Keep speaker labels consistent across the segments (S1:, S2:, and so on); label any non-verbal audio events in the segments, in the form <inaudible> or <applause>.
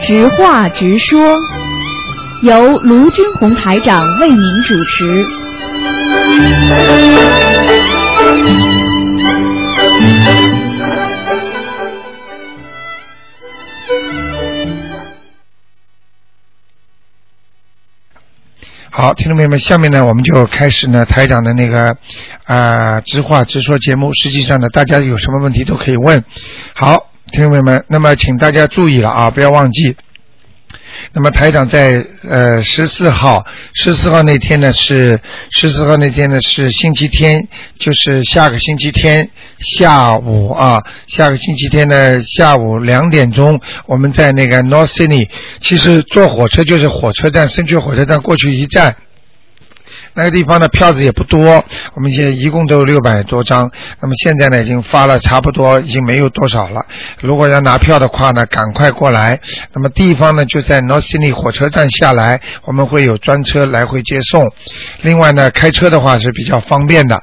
S1: 直话直说，由卢军红台长为您主持。
S2: 好，听众朋友们，下面呢，我们就开始呢台长的那个啊、直话直说节目。实际上呢，大家有什么问题都可以问。好，听众朋友们，那么请大家注意了啊，不要忘记。那么台长在呃十四号，十四号那天呢是十四号那天呢是星期天，就是下个星期天下午啊，下个星期天呢下午两点钟，我们在那个 North Sydney，其实坐火车就是火车站，深区火车站过去一站。那个地方的票子也不多，我们现在一共都有六百多张，那么现在呢已经发了差不多，已经没有多少了。如果要拿票的话呢，赶快过来。那么地方呢就在 North Sydney 火车站下来，我们会有专车来回接送。另外呢，开车的话是比较方便的。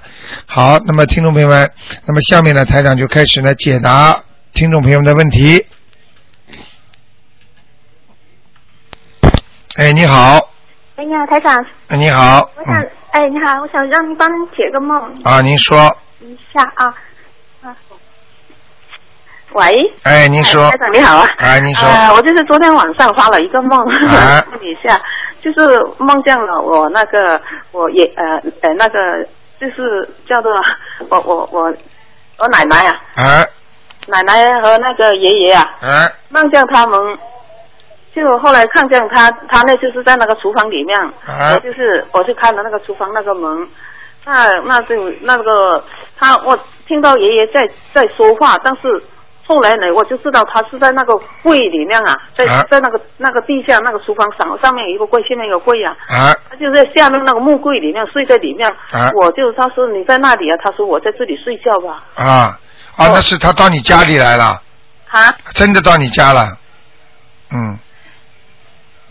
S2: 好，那么听众朋友们，那么下面呢台长就开始呢解答听众朋友们的问题。哎，你好，
S3: 哎呀，台长，
S2: 哎你好，
S3: 我想
S2: 嗯，
S3: 哎，你好，我想让您帮您解个梦
S2: 啊，您说，
S3: 一下啊。啊喂，
S2: 哎，您说，
S3: 哎台长你好啊。
S2: 哎，您说，
S3: 呃，我就是昨天晚上发了一个梦，
S2: 啊
S3: <laughs> 问一下，就是梦见了我那个，我也呃呃那个，就是叫做我我我我奶奶啊，
S2: 哎
S3: 奶奶和那个爷爷啊，
S2: 哎
S3: 梦见他们，就后来看见他，他那就是在那个厨房里面，
S2: 啊
S3: 我就是我就看了那个厨房那个门，那那就那个他我听到爷爷在在说话，但是后来呢，我就知道他是在那个柜里面啊，在
S2: 啊
S3: 在那个那个地下那个厨房上上面有一个柜，下面有个柜啊，
S2: 哎
S3: 他就在下面那个木柜里面睡在里面，
S2: 啊
S3: 我就他说你在那里啊，他说我在这里睡觉吧，
S2: 啊啊！那是他到你家里来了，
S3: 啊，
S2: 真的到你家了，嗯，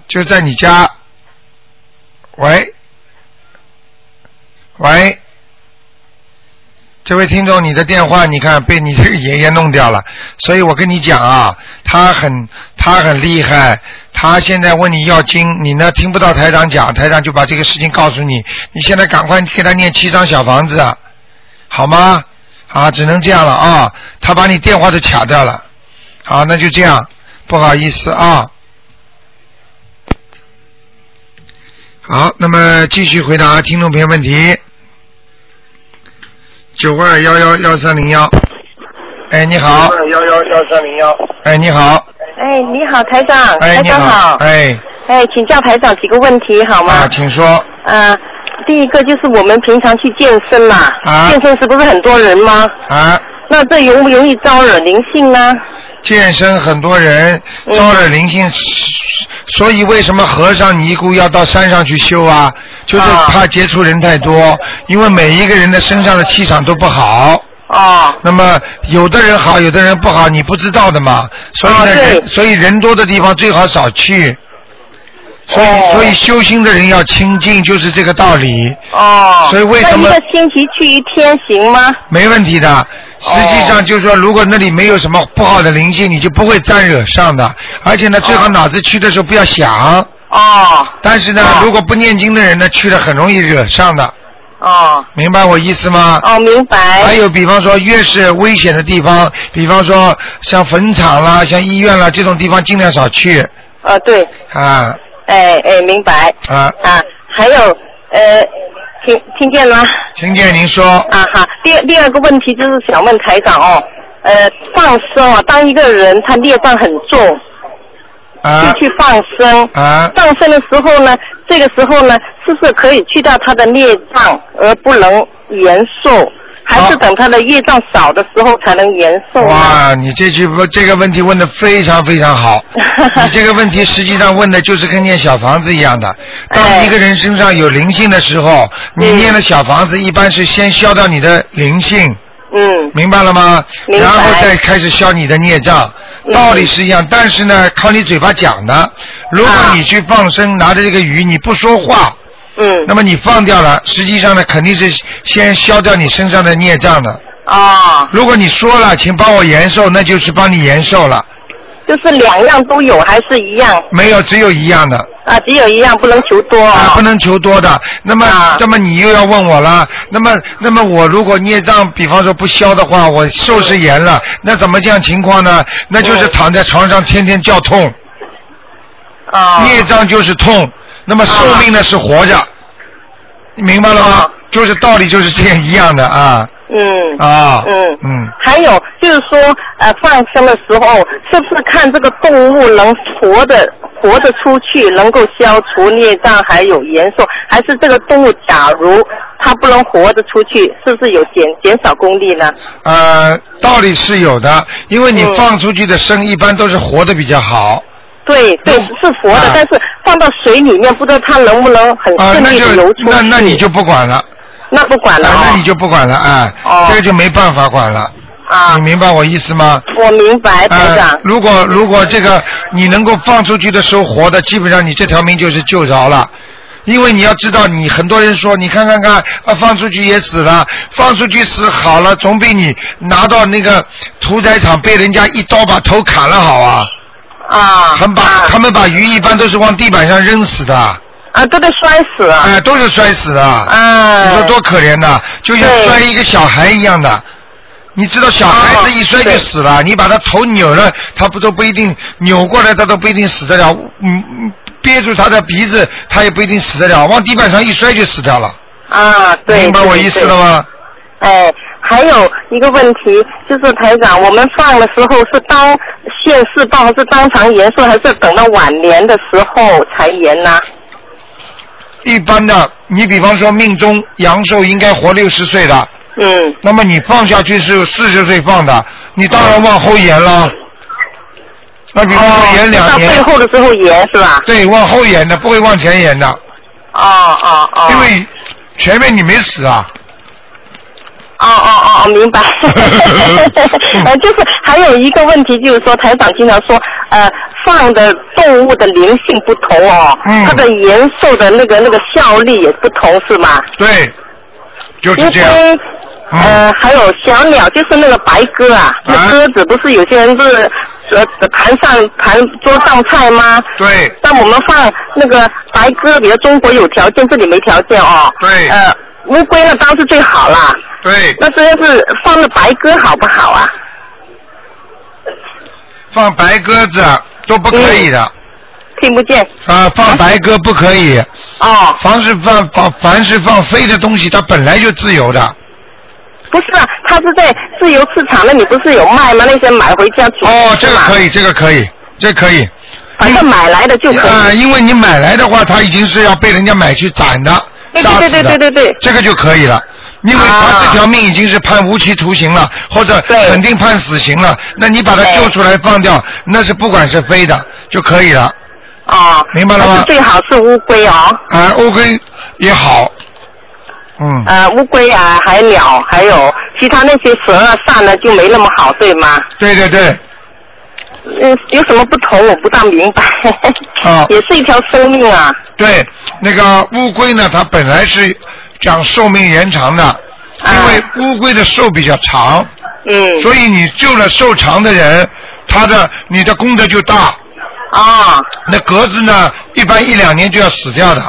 S2: 就在你家。喂，喂，这位听众，你的电话你看被你这个爷爷弄掉了，所以我跟你讲啊，他很他很厉害，他现在问你要经，你呢听不到台长讲，台长就把这个事情告诉你，你现在赶快给他念七张小房子，啊好吗？啊，只能这样了啊！他把你电话都卡掉了，好，那就这样，不好意思啊。好，那么继续回答听众朋友问题。九二幺幺幺三零幺，哎，你好，
S4: 幺幺幺三零幺。
S2: 哎，你好，
S5: 哎，你好，台长，
S2: 哎，
S5: 台
S2: 你
S5: 长
S2: 好，哎，
S5: 哎，请教台长几个问题好吗？
S2: 啊，请说，
S5: 呃，第一个就是我们平常去健身嘛，
S2: 啊
S5: 健身是不是很多人吗？
S2: 啊，
S5: 那这容不容易招惹灵性呢？
S2: 健身很多人
S5: 嗯
S2: 招惹灵性，所以为什么和尚尼姑要到山上去修啊？就是
S5: 啊
S2: 怕接触人太多，因为每一个人的身上的气场都不好。
S5: 哦，
S2: 那么有的人好，有的人不好，你不知道的嘛。所以呢，
S5: 啊对
S2: 人所以人多的地方最好少去。所以、
S5: 哦
S2: 所以修心的人要清净，就是这个道理。
S5: 哦，
S2: 所以为什么
S5: 那一个星期去一天行吗？
S2: 没问题的。实际
S5: 哦
S2: 上就是说，如果那里没有什么不好的灵性，你就不会沾惹上的。而且呢，最好脑子去的时候不要想。
S5: 哦，
S2: 但是呢，
S5: 哦
S2: 如果不念经的人呢，去了很容易惹上的，
S5: 哦，
S2: 明白我意思吗？
S5: 哦，明
S2: 还
S5: 白。
S2: 有，比方说，越是危险的地方，比方说像坟场啦、像医院啦这种地方，尽量少去
S5: 呃，对，
S2: 啊
S5: 哎哎，明白。
S2: 啊！
S5: 啊，还有，呃，听听见吗？
S2: 听见您说
S5: 啊哈，第第二个问题就是想问台长哦，呃，放生啊，当一个人他业障很重，
S2: 啊
S5: 就去放生，
S2: 啊
S5: 放生的时候呢，这个时候呢，是不是可以去掉他的业障，而不能延寿？还是
S2: 好
S5: 等他的业障少的时候才能延寿呢？
S2: 哇，你这句问这个问题问的非常非常
S5: <laughs>
S2: 好。你这个问题实际上问的就是跟念小房子一样的。当
S5: 哎
S2: 一个人身上有灵性的时候，你
S5: 嗯
S2: 念的小房子一般是先消掉你的灵性，
S5: 嗯，
S2: 明白了吗？
S5: 明白
S2: 然后再开始消你的孽障，
S5: 嗯
S2: 道理是一样，但是呢，靠你嘴巴讲的。如果
S5: 啊
S2: 你去放生，拿着这个鱼，你不说话，
S5: 嗯，
S2: 那么你放掉了，实际上呢，肯定是先消掉你身上的孽障的。
S5: 哦，
S2: 如果你说了，请帮我延寿，那就是帮你延寿了。
S5: 就是两样都有还是一样
S2: 没有，只有一样的
S5: 啊？只有一样，不能求多
S2: 啊，不
S5: 哦。
S2: 能求多的。那么，
S5: 啊
S2: 那么你又要问我了。那么，那么我如果孽障，比方说不消的话，我受食炎了，那怎么这样情况呢？那就是
S5: 嗯
S2: 躺在床上天天叫痛，
S5: 啊，
S2: 孽障就是痛，那么寿命呢是活着，你明白了吗
S5: 啊？
S2: 就是道理就是这样一样的啊
S5: 嗯
S2: 啊
S5: 嗯
S2: 嗯，
S5: 还有就是说，呃，放生的时候是不是看这个动物能活的活得出去，能够消除孽障还有延寿，还是这个动物假如它不能活得出去，是不是有减减少功力呢？
S2: 呃，道理是有的，因为你
S5: 嗯
S2: 放出去的生一般都是活的比较好。
S5: 对对，
S2: 如
S5: 是活的，
S2: 啊
S5: 但是放到水里面，不知道它能不能很
S2: 啊、
S5: 顺
S2: 那
S5: 利的游
S2: 就
S5: 出去。
S2: 那那你就不管了，啊，
S5: 那不管了、哦
S2: 那你就不管了啊，
S5: 哦
S2: 这个就没办法管了，
S5: 啊
S2: 你，明白我意思吗？
S5: 我明白，台长。
S2: 呃，如果如果这个你能够放出去的时候活的，基本上你这条命就是救着了。因为你要知道，你很多人说，你看看看，啊，放出去也死了，放出去死好了，总比你拿到那个屠宰场被人家一刀把头砍了好啊！
S5: 啊，
S2: 他们把、
S5: 啊
S2: 他们把鱼一般都是往地板上扔死的，
S5: 啊，都得摔死了。
S2: 哎、都是摔死的。
S5: 啊，
S2: 你说多可怜呐，就像
S5: 对
S2: 摔一个小孩一样的。你知道小孩
S5: 哦
S2: 子一摔就死了，你把他头扭了，他不都不一定扭过来，他都不一定死得了。嗯，嗯憋住他的鼻子，他也不一定死得了。往地板上一摔就死掉了，
S5: 啊，对，
S2: 明白我意思了
S5: 吗？
S2: 吗？
S5: 哎，还有一个问题就是台长，我们放的时候是当现世报，还是当场延寿，还是等到晚年的时候才延呢？
S2: 一般的，你比方说命中阳寿应该活六十岁的，
S5: 嗯，
S2: 那么你放下去是四十岁放的，你当然往后延了。那比方说延
S5: 哦
S2: 两
S5: 到最
S2: 年，
S5: 后的时候延是吧？
S2: 对，往后延的，不会往前延的。
S5: 哦哦哦，
S2: 因为前面你没死啊，
S5: 哦哦哦，哦，
S2: <laughs>
S5: 明白。呃，就是还有一个问题，就是说台长经常说，呃，放的动物的灵性不同哦，
S2: 嗯
S5: 它的延寿的那个那个效力也不同，是吗？
S2: 对，就是这
S5: 因
S2: 样。
S5: 为
S2: 嗯
S5: 呃，还有小鸟，就是那个白鸽啊，那鸽子不是有些人是呃盘上盘桌上菜吗？
S2: 对，
S5: 但我们放那个白鸽，比如中国有条件，这里没条件哦。
S2: 对
S5: 呃，乌龟那当然是最好啦。
S2: 对，
S5: 那这要是放了白鸽好不好啊？
S2: 放白鸽子都不可以的
S5: 听不见
S2: 啊，放白鸽不可以，
S5: 哦，
S2: 凡是放放凡是放飞的东西，它本来就自由的。
S5: 不是啊，它是在自由市场那里不是有卖吗？那些买回家煮
S2: 哦，这个可
S5: 以，
S2: 以，这个可以，这个可以。
S5: 反正买来的 <laughs> 就可
S2: 啊，
S5: 以。
S2: 因为你买来的话，它已经是要被人家买去斩的，
S5: 对
S2: 杀
S5: 对
S2: 死
S5: 对
S2: 的
S5: 对对对对，
S2: 这个就可以了。因为他
S5: 啊
S2: 这条命已经是判无期徒刑了，或者
S5: 对
S2: 肯定判死刑了，那你把他
S5: 对
S2: 救出来放掉，那是不管是非的就可以了。
S5: 哦，
S2: 啊明白了吗
S5: 但是最好是乌龟哦，
S2: 啊、乌龟也好，嗯，
S5: 呃，乌龟啊，还有鸟，还有其他那些蛇啊、鳝呢，就没那么好，对吗？
S2: 对对对，
S5: 嗯，有什么不同？我不大明白。
S2: 啊
S5: <laughs> 也是一条生命啊。
S2: 对，那个乌龟呢，它本来是讲寿命延长的，
S5: 啊
S2: 因为乌龟的寿比较长，
S5: 嗯。
S2: 所以你救了寿长的人，他的你的功德就大。
S5: 哦，
S2: 那格子呢，一般一两年就要死掉的，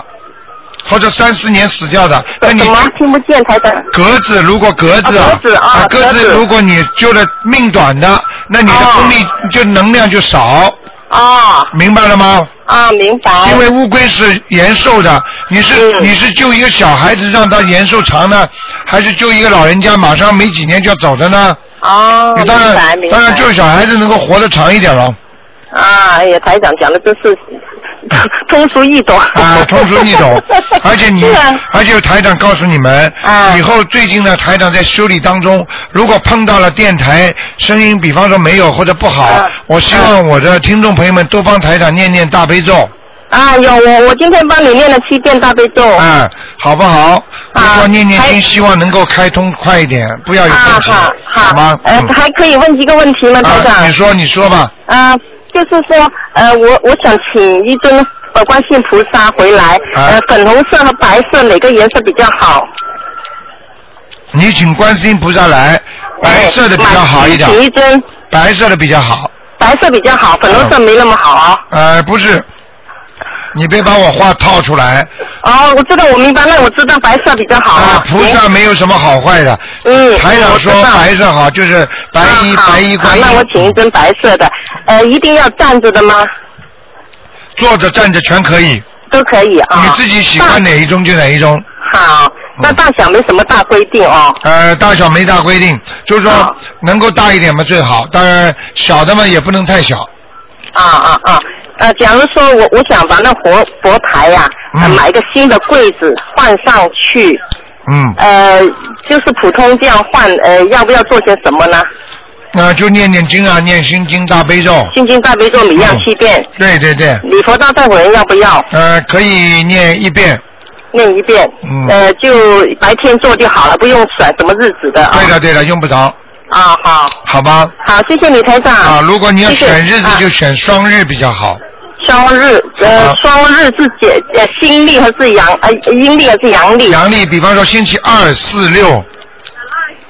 S2: 或者三四年死掉的。那
S5: 怎
S2: 你
S5: 么听不见台长？
S2: 格子如果格子
S5: 啊
S2: 啊，
S5: 格子啊
S2: 格
S5: 格子
S2: 如果你救了命短的，那你的
S5: 哦
S2: 功力就能量就少，
S5: 哦，
S2: 明白了吗？
S5: 啊，明白。
S2: 因为乌龟是延寿的，你是、
S5: 嗯
S2: 你是救一个小孩子让他延寿长呢，还是救一个老人家马上没几年就要走的呢？
S5: 哦，
S2: 你
S5: 明
S2: 当
S5: 白
S2: 然
S5: 明白。
S2: 当然救小孩子能够活得长一点了。
S5: 啊，哎呀，台长讲的真是 <laughs> 通俗易懂。，
S2: 啊，通俗易懂
S5: <laughs>
S2: 而且你
S5: 是啊，
S2: 而且台长告诉你们
S5: 啊，
S2: 以后最近呢，台长在修理当中，如果碰到了电台声音，比方说没有或者不好
S5: 啊，
S2: 我希望我的听众朋友们多帮台长念念大悲咒，
S5: 啊，有我我今天帮你念了七遍大悲咒。
S2: 啊，好不好？如
S5: 哦啊
S2: 果念念
S5: 还
S2: 经，希望能够开通快一点，不要有
S5: 啊
S2: 问，题，
S5: 好，好，
S2: 吗？
S5: 呃
S2: 嗯，
S5: 还可以问一个问题吗，台
S2: 啊，
S5: 长
S2: 你？说，你说吧，
S5: 啊，就是说，呃，我我想请一尊呃观世音菩萨回来，
S2: 啊
S5: 呃，粉红色和白色哪个颜色比较好？
S2: 你请观世音菩萨来，白色的比较好一点
S5: 哎买，请一尊
S2: 白色的比较好，
S5: 白色比较好，粉
S2: 嗯
S5: 红色没那么好啊。
S2: 呃，不是，你别把我话套出来
S5: 哦，我知道，我明白，那我知道白色比较好
S2: 啊
S5: 啊。！
S2: 菩萨没有什么好坏的，
S5: 嗯，
S2: 台
S5: 我
S2: 长
S5: 知
S2: 说
S5: 道
S2: 白色好，就是白衣
S5: 啊好
S2: 白衣
S5: 好
S2: 观音
S5: 那我请一尊白色的，呃，一定要站着的吗？
S2: 坐着站着全可以，
S5: 都可以啊。
S2: 你自己喜欢哪一嗯种就哪一种。
S5: 大？好，那大小没什么大规定哦。
S2: 呃，大小没大规定，就是说
S5: 好
S2: 能够大一点嘛最好，当然小的嘛也不能太小。
S5: 啊啊啊！呃，假如说我我想把那佛佛台呀、呃
S2: 嗯
S5: 买一个新的柜子换上去，
S2: 嗯，
S5: 呃，就是普通这样换，呃，要不要做些什么呢？
S2: 那、呃就念念经啊，念心经大悲咒。
S5: 心经大悲咒每样
S2: 嗯
S5: 七遍，
S2: 对对对，
S5: 礼佛大忏悔文要不要
S2: 呃，可以念一遍。
S5: 念一遍？
S2: 嗯
S5: 呃，就白天做就好了，不用选什么日子的啊。
S2: 对的对的，用不着，
S5: 啊，好，
S2: 好吧？
S5: 好，谢谢你台长。
S2: 啊，如果你要
S5: 谢谢
S2: 选日子，
S5: 啊
S2: 就选双日比较好。
S5: 双日，
S2: 啊
S5: 呃，双日是解呃新历还是阳呃阴历还是阳历？
S2: 阳历，比方说星期二、四、六，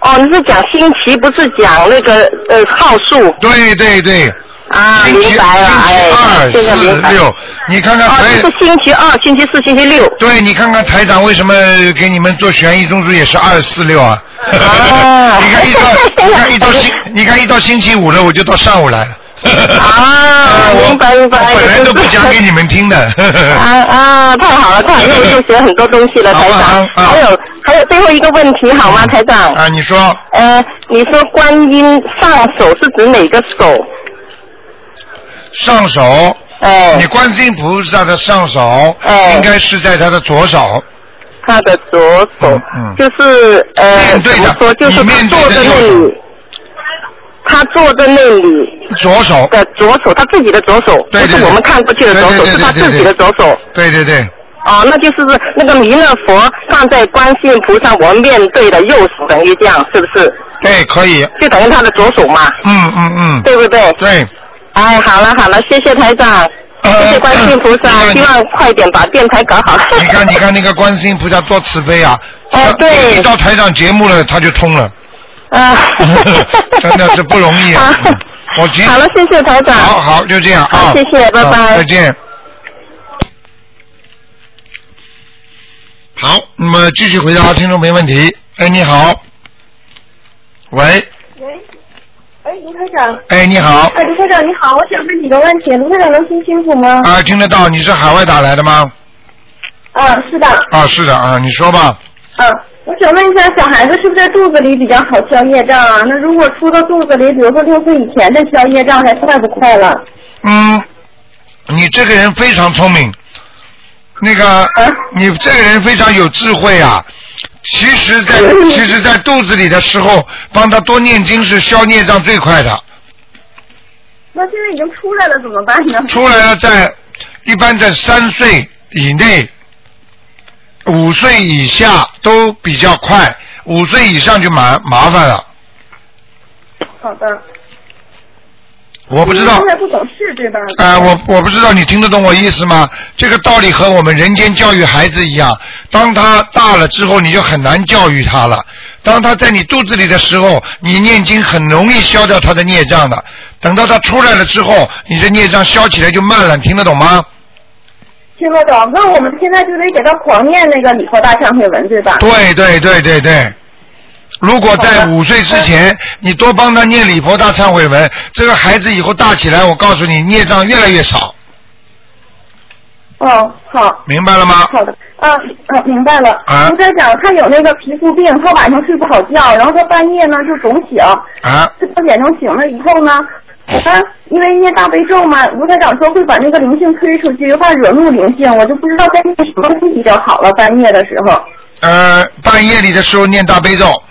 S5: 哦，你是讲星期，不是讲那个呃号数
S2: 对对对，
S5: 啊？
S2: 星期
S5: 明白了，
S2: 二、
S5: 哎，现在
S2: 四
S5: 明、白。
S2: 六，哎你看看
S5: 哦，
S2: 台，
S5: 就是星期二、星期四、星期六。
S2: 对你看看台长为什么给你们做悬疑中枢也是二四六啊？<laughs>
S5: 啊
S2: 你看
S5: <laughs>
S2: 一到你看一到星，你看一到星期五了，我就到上午来了。
S5: 啊，
S2: 呃 <laughs> 我
S5: 明白明白。
S2: 我本来都不
S5: 就是
S2: 讲给你们听的。 <laughs> 呃
S5: 啊啊！太好了，太好了，又又学很多东西了，
S2: 好
S5: 台
S2: 吧
S5: 长。
S2: 好
S5: 还有还有最后一个问题好吗，台长？
S2: 啊，你说
S5: 呃，你说观音上手是指哪个手？
S2: 上手，
S5: 哎、
S2: 你观世音菩萨的上手
S5: 哎
S2: 应该是在他的左手，
S5: 他的左手
S2: 嗯，嗯
S5: 就是呃，
S2: 面对
S5: 怎
S2: 的
S5: 么说，就是
S2: 你面
S5: 他
S2: 对
S5: 坐
S2: 的
S5: 在
S2: 右
S5: 那
S2: 手
S5: 里，他坐在那里
S2: 左手。
S5: 的左手，他自己的左手，
S2: 对对
S5: 不是我们看过去的左手，
S2: 对对对
S5: 是他
S2: 对对
S5: 自己的左手。
S2: 对对对，
S5: 哦，那就是那个弥勒佛放在观世音菩萨我们面对的右手，等于这样，是不是？
S2: 对，哎可以。
S5: 就等于他的左手嘛，
S2: 嗯嗯嗯，
S5: 对不对？
S2: 对。
S5: 哎，好了好了，谢谢台长，谢谢观世音菩萨，
S2: 呃
S5: 希望快点把电台搞好。
S2: 你看，你
S5: <laughs>
S2: 看那 <laughs> 个观世音菩萨多慈悲啊！
S5: 哎
S2: 他
S5: 对
S2: 一到台长节目了，他就通
S5: <laughs>
S2: 了。，
S5: 啊
S2: 真的是不容易啊
S5: 好
S2: 嗯我觉
S5: 好了，谢谢台长。
S2: 好好，就这样啊！
S5: 好谢谢拜拜
S2: 啊再见。好，那么继续回答听众没问题。哎，你好。喂，
S4: 喂，哎，卢科长，
S2: 哎，你好，
S4: 哎，卢科长你好，我想问你个问题，卢科长能听清楚吗？
S2: 啊，听得到？你是海外打来的吗？
S4: 啊，是的，
S2: 啊，是的啊，你说吧。
S4: 啊，我想问一下，小孩子是不是在肚子里比较好消业障啊？那如果出到肚子里，比如说六岁以前的消业障，还快不快了？
S2: 嗯，你这个人非常聪明，那个、
S5: 啊
S2: 你这个人非常有智慧啊。其实在，
S5: 嗯
S2: 其实，在肚子里的时候，帮他多念经是消孽障最快的。
S4: 那现在已经出来了，怎么办呢？
S2: 出来了在，一般在三岁以内，五岁以下都比较快，五岁以上就麻麻烦了。
S4: 好的，
S2: 我不知道
S4: 现，在不懂事对吧？
S2: 啊、我我不知道你听得懂我意思吗？这个道理和我们人间教育孩子一样，当他大了之后，你就很难教育他了。当他在你肚子里的时候，你念经很容易消掉他的孽障的。等到他出来了之后，你这孽障消起来就慢了，你听得懂吗？
S4: 听得懂，那我们现在就得给他狂念那个礼佛大忏悔文对吧？
S2: 对对对对对。如果在五岁之前，你多帮他念礼佛大忏悔文，这个孩子以后大起来，我告诉你，孽障越来越少，
S4: 哦，好。
S2: 明白了吗？
S4: 好的，啊，啊，明白了。
S2: 啊
S4: 卢科长，他有那个皮肤病，他晚上睡不好觉，然后他半夜呢就总醒，
S2: 啊，
S4: 这到点钟醒了以后呢，我刚因为念大悲咒嘛，卢科长说会把那个灵性推出去，怕惹怒灵性，我就不知道该念什么问题比较好了。半夜的时候
S2: 呃，半夜里的时候念大悲咒，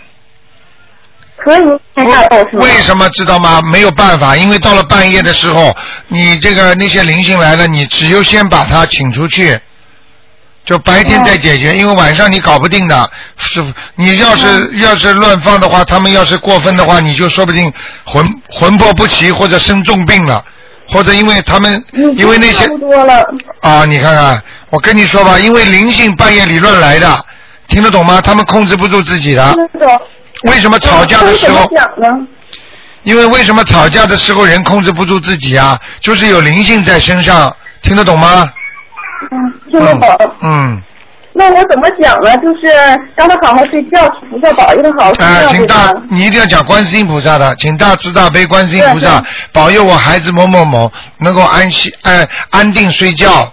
S4: 可以念大咒是吗
S2: 为？什么知道吗？没有办法，因为到了半夜的时候，你这个那些灵性来了，你只有先把它请出去，就白天再解
S4: 哦
S2: 决，因为晚上你搞不定的。是，你要是、要是乱放的话，他们要是过分的话，你就说不定魂魂魄不齐，或者生重病了，或者因为他们
S4: 嗯
S2: 因为那些
S4: 差不多了，
S2: 啊，你看看，我跟你说吧，因为灵性半夜里乱来的，听
S4: 嗯
S2: 得懂吗？他们控制不住自己的。
S4: 那种
S2: 啊
S4: 嗯啊
S2: 为什么吵架的时候
S4: 怎么？想呢？
S2: 因为为什么吵架的时候人控制不住自己啊？就是有灵性在身上，听得懂吗？
S4: 嗯，听得懂。
S2: 嗯，
S4: 那我怎么讲呢？就是让他好好睡觉，去菩萨保佑他好好
S2: 啊、
S4: 睡觉
S2: 请
S4: 对
S2: 大
S4: 吧？，
S2: 你一定要讲观世音菩萨的，请大慈大悲观世音菩萨
S4: 对
S2: 保佑我孩子某某某能够安息安、安定睡觉。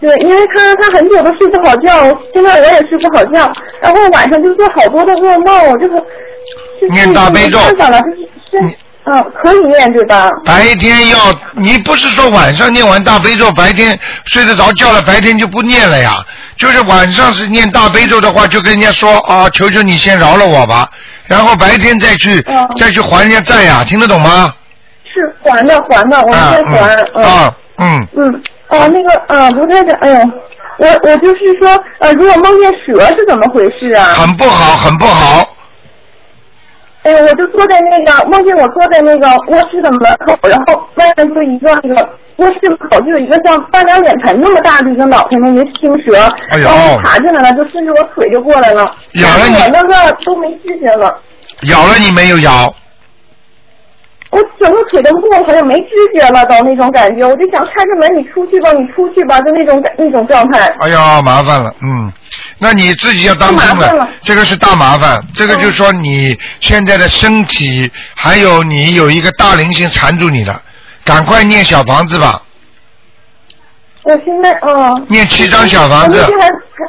S4: 对，因为他他很久都睡不好觉，现在我也睡不好觉，然后晚上就做好多的噩梦，我这个就是
S2: 念大悲咒
S4: 没办法了，就是
S2: 你
S4: 是嗯，可以念对吧？
S2: 白天要你不是说晚上念完大悲咒，白天睡得着觉了，白天就不念了呀？就是晚上是念大悲咒的话，就跟人家说啊，求求你先饶了我吧，然后白天再去、
S4: 嗯
S2: 再去还人家债呀，听得懂吗？
S4: 是还的还的，我们
S2: 啊
S4: 在还，
S2: 嗯啊嗯，
S4: 嗯，哦，那个，呃，不太长，哎呦，我我就是说，呃，如果梦见蛇是怎么回事啊？
S2: 很不好，很不好。
S4: 哎呦，我就坐在那个梦见我坐在那个卧室的门口，然后外面就一个那个卧室门口就有一个像半张脸盆那么大的一个脑袋那个青蛇，
S2: 哎呦
S4: 然后爬进来了，就顺着我腿就过来了，
S2: 咬
S4: 然
S2: 了
S4: 后
S2: 你
S4: 我那个都没知觉了，
S2: 咬了你没有咬？
S4: 我整个腿都木好像没知觉了，都那种感觉，我就想开着门你出去吧，你出去吧，就那种感那种状态。
S2: 哎呀，麻烦了，嗯，那你自己要当心
S4: 麻烦了
S2: 这个是大麻烦，这个就是说你现在的身体，还有你有一个大灵性缠住你了，赶快念小房子吧，
S4: 我现在啊。嗯
S2: 念七张小房子
S4: 我那，天还，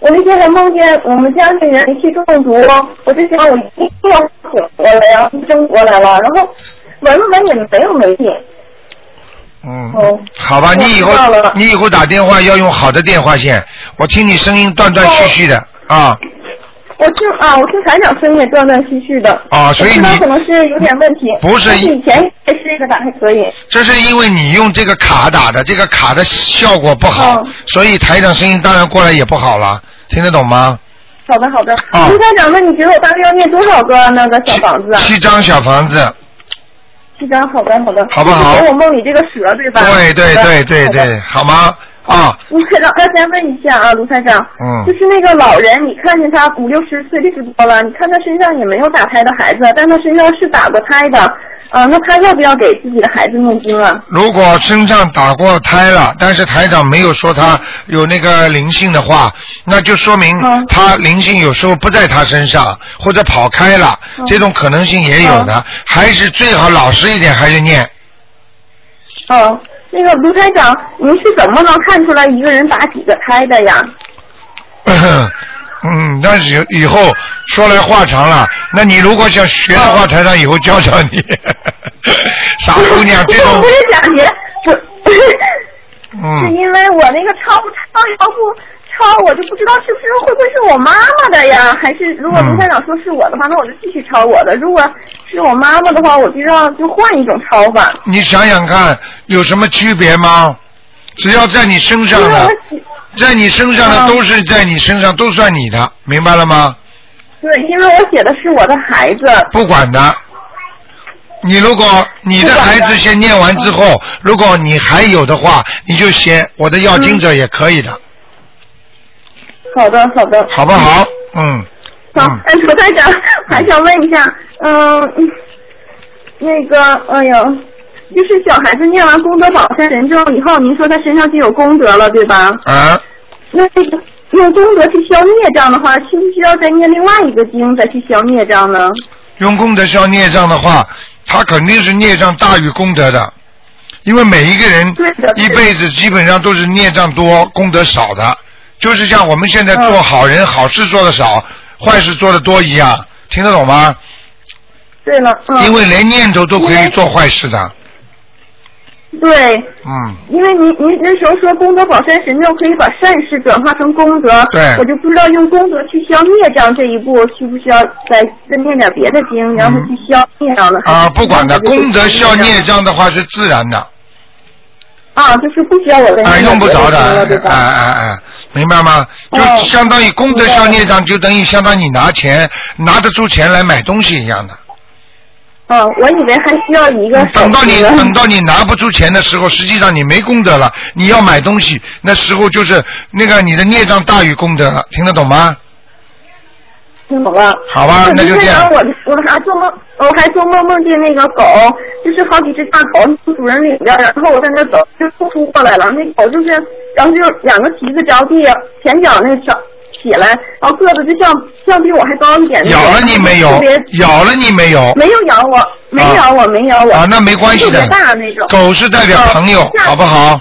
S4: 我那天还梦见我们家里人煤气中毒，哦我就想我一定要醒过来呀，然后蒸过来了，然后闻了闻也没有霉菌。
S2: 嗯
S4: 哦，
S2: 好吧，
S4: 我
S2: 你以后
S4: 知道了
S2: 你以后打电话要用好的电话线，我听你声音断断续续的啊
S4: 我听啊，我听台长声音也断断续续的。
S2: 啊，所以
S4: 我知道可能
S2: 你
S4: 是有点问题。
S2: 不是
S4: 但以前也是一个打还可以。
S2: 这是因为你用这个卡打的，这个卡的效果不好
S4: 哦，
S2: 所以台长声音当然过来也不好了，听得懂吗？
S4: 好的好的。
S2: 啊
S4: 卢台长，那你觉得我大概要念多少个那个小房子啊？
S2: 七张小房子，
S4: 七张，好的好的。
S2: 好不好
S4: 就是我梦里这个蛇对吧？
S2: 对对
S4: 好
S2: 对
S4: 的
S2: 对
S4: 好的
S2: 对，好吗？啊，
S4: <laughs> 卢台长，那先问一下啊，卢台长，
S2: 嗯
S4: 就是那个老人，你看见他五六十岁六十多了，你看他身上也没有打胎的孩子，但他身上是打过胎的，啊、那他要不要给自己的孩子念经啊？
S2: 如果身上打过胎了，但是台长没有说他有那个灵性的话，那就说明
S4: 嗯
S2: 他灵性有时候不在他身上，或者跑开了，
S4: 嗯
S2: 这种可能性也有的。还是最好老实一点，还是念。
S4: 哦、那个卢台长，您是怎么能看出来一个人打几个胎的呀？
S2: <coughs> 嗯，但是以后说来话长了。那你如果想学的
S4: 哦
S2: 话，台长以后教教你。 <laughs> 傻姑娘，这
S4: <laughs> 我
S2: 种
S4: 跟，你讲，你我。是
S2: 嗯，
S4: 因为我那个抄抄要不抄，我就不知道是不是会不会是我妈妈的呀？还是如果
S2: 嗯
S4: 卢台长说是我的话，那我就继续抄我的；如果是我妈妈的话，我就让就换一种抄法。
S2: 你想想看，有什么区别吗？只要在你身上
S4: 因为
S2: 的
S4: 我。喜
S2: 在你身上的
S4: 啊
S2: 都是在你身上，都算你的，明白了吗？
S4: 对，因为我写的是我的孩子。
S2: 不管的。你如果你的
S4: 不管
S2: 孩
S4: 的嗯
S2: 子先念完之后，如果你还有的话，你就写我的要经
S4: 嗯
S2: 者也可以的，
S4: 好的，好的。
S2: 好不好？嗯。
S4: 好
S2: 嗯，
S4: 哎，卢台长，还想问一下，嗯，嗯那个，哎呦，就是小孩子念完功德宝山人咒以后，您说他身上就有功德了，对吧？
S2: 啊，
S4: 那这个用功德去消孽障的话，需不需要再念另外一个经再去消孽障呢？
S2: 用功德消孽障的话，他肯定是孽障大于功德的，因为每一个人
S4: 对的
S2: 一辈子基本上都是孽障多，功德少的，就是像我们现在做
S4: 嗯
S2: 好人、好事做的少，坏事做的多一样，听得懂吗？
S4: 对了，嗯，
S2: 因为连念头都可以做坏事的，
S4: 对，
S2: 嗯，
S4: 因为您您那时候说功德宝山神咒可以把善事转化成功德，
S2: 对
S4: 我就不知道用功德去消孽障这一步需不需要再再念点别的经，然后去消孽障呢？
S2: 嗯
S4: 还
S2: 啊，
S4: 是
S2: 不管的，功德消孽障的话是自然的，
S4: 啊，就是不需要我再
S2: 啊，
S4: 念
S2: 用
S4: 点
S2: 不
S4: 别的
S2: 着
S4: 经
S2: 的
S4: 了，对，
S2: 啊
S4: 吧？
S2: 啊啊，明白吗？就
S4: 哦
S2: 相当于功德消孽障，就等于相当于你拿钱拿得出钱来买东西一样的。
S4: 嗯、我以为还需要一个
S2: 嗯等到你
S4: 手续呢
S2: 等到你拿不出钱的时候，实际上你没功德了，你要买东西，那时候就是那个你的孽障大于功德了，听得懂吗？
S4: 听懂了。
S2: 好吧
S4: 可
S2: 那
S4: 是
S2: 就这样
S4: 我我还做梦，我还做梦梦见那个狗，就是好几只大狗从主人领着，然后我在那走，就突突过来了。那狗就是，然后就两个蹄子着地，前脚那上起来，然后个子就像像比我还高一点。那种
S2: 咬了你没有
S4: 嗯特别？
S2: 咬了你没有？
S4: 没有咬我，没咬我，没咬我。
S2: 啊，那没关系
S4: 特
S2: 的
S4: 别大那种。。
S2: 狗是代表朋友
S4: 哦，那
S2: 好不好？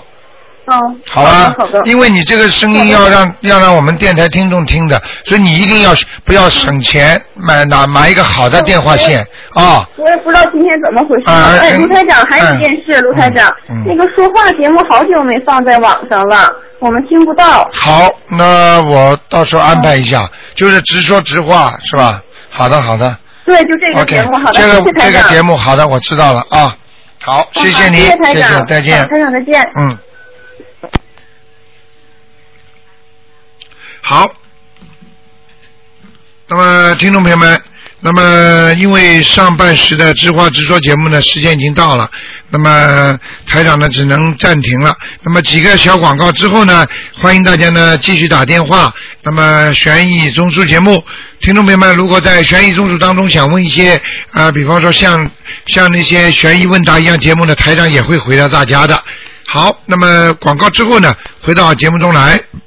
S4: 嗯。
S2: 好
S4: 吧
S2: 吧。，因为你这个声音要让要让我们电台听众听的，所以你一定要不要省钱买哪买一个好的电话线啊。
S4: 我也不知道今天怎么回事。
S2: 啊
S4: 哎，
S2: 嗯
S4: 卢台长，还有一件事，
S2: 嗯
S4: 卢台长，
S2: 嗯嗯
S4: 那个说话节目好久没放在网上了，我们听不到。
S2: 好，那我到时候安排一下，就是直说直话，是吧？好的，好的。
S4: 对，就这个节目，好
S2: OK，
S4: 的，
S2: 这
S4: 谢谢
S2: 个
S4: 台
S2: 这个
S4: 长。
S2: 节目好的，我知道了啊。好，
S4: 嗯
S2: 谢
S4: 好
S2: 你，
S4: 谢台
S2: 谢谢
S4: 长，，
S2: 再见
S4: 好。台长再见。
S2: 嗯。好，那么听众朋友们，那么因为上半时的知话直说节目呢，时间已经到了，那么台长呢只能暂停了。那么几个小广告之后呢，欢迎大家呢继续打电话。那么悬疑综述节目，听众朋友们，如果在悬疑综述当中想问一些啊、比方说像像那些悬疑问答一样节目呢，台长也会回答大家的。好，那么广告之后呢，回到节目中来。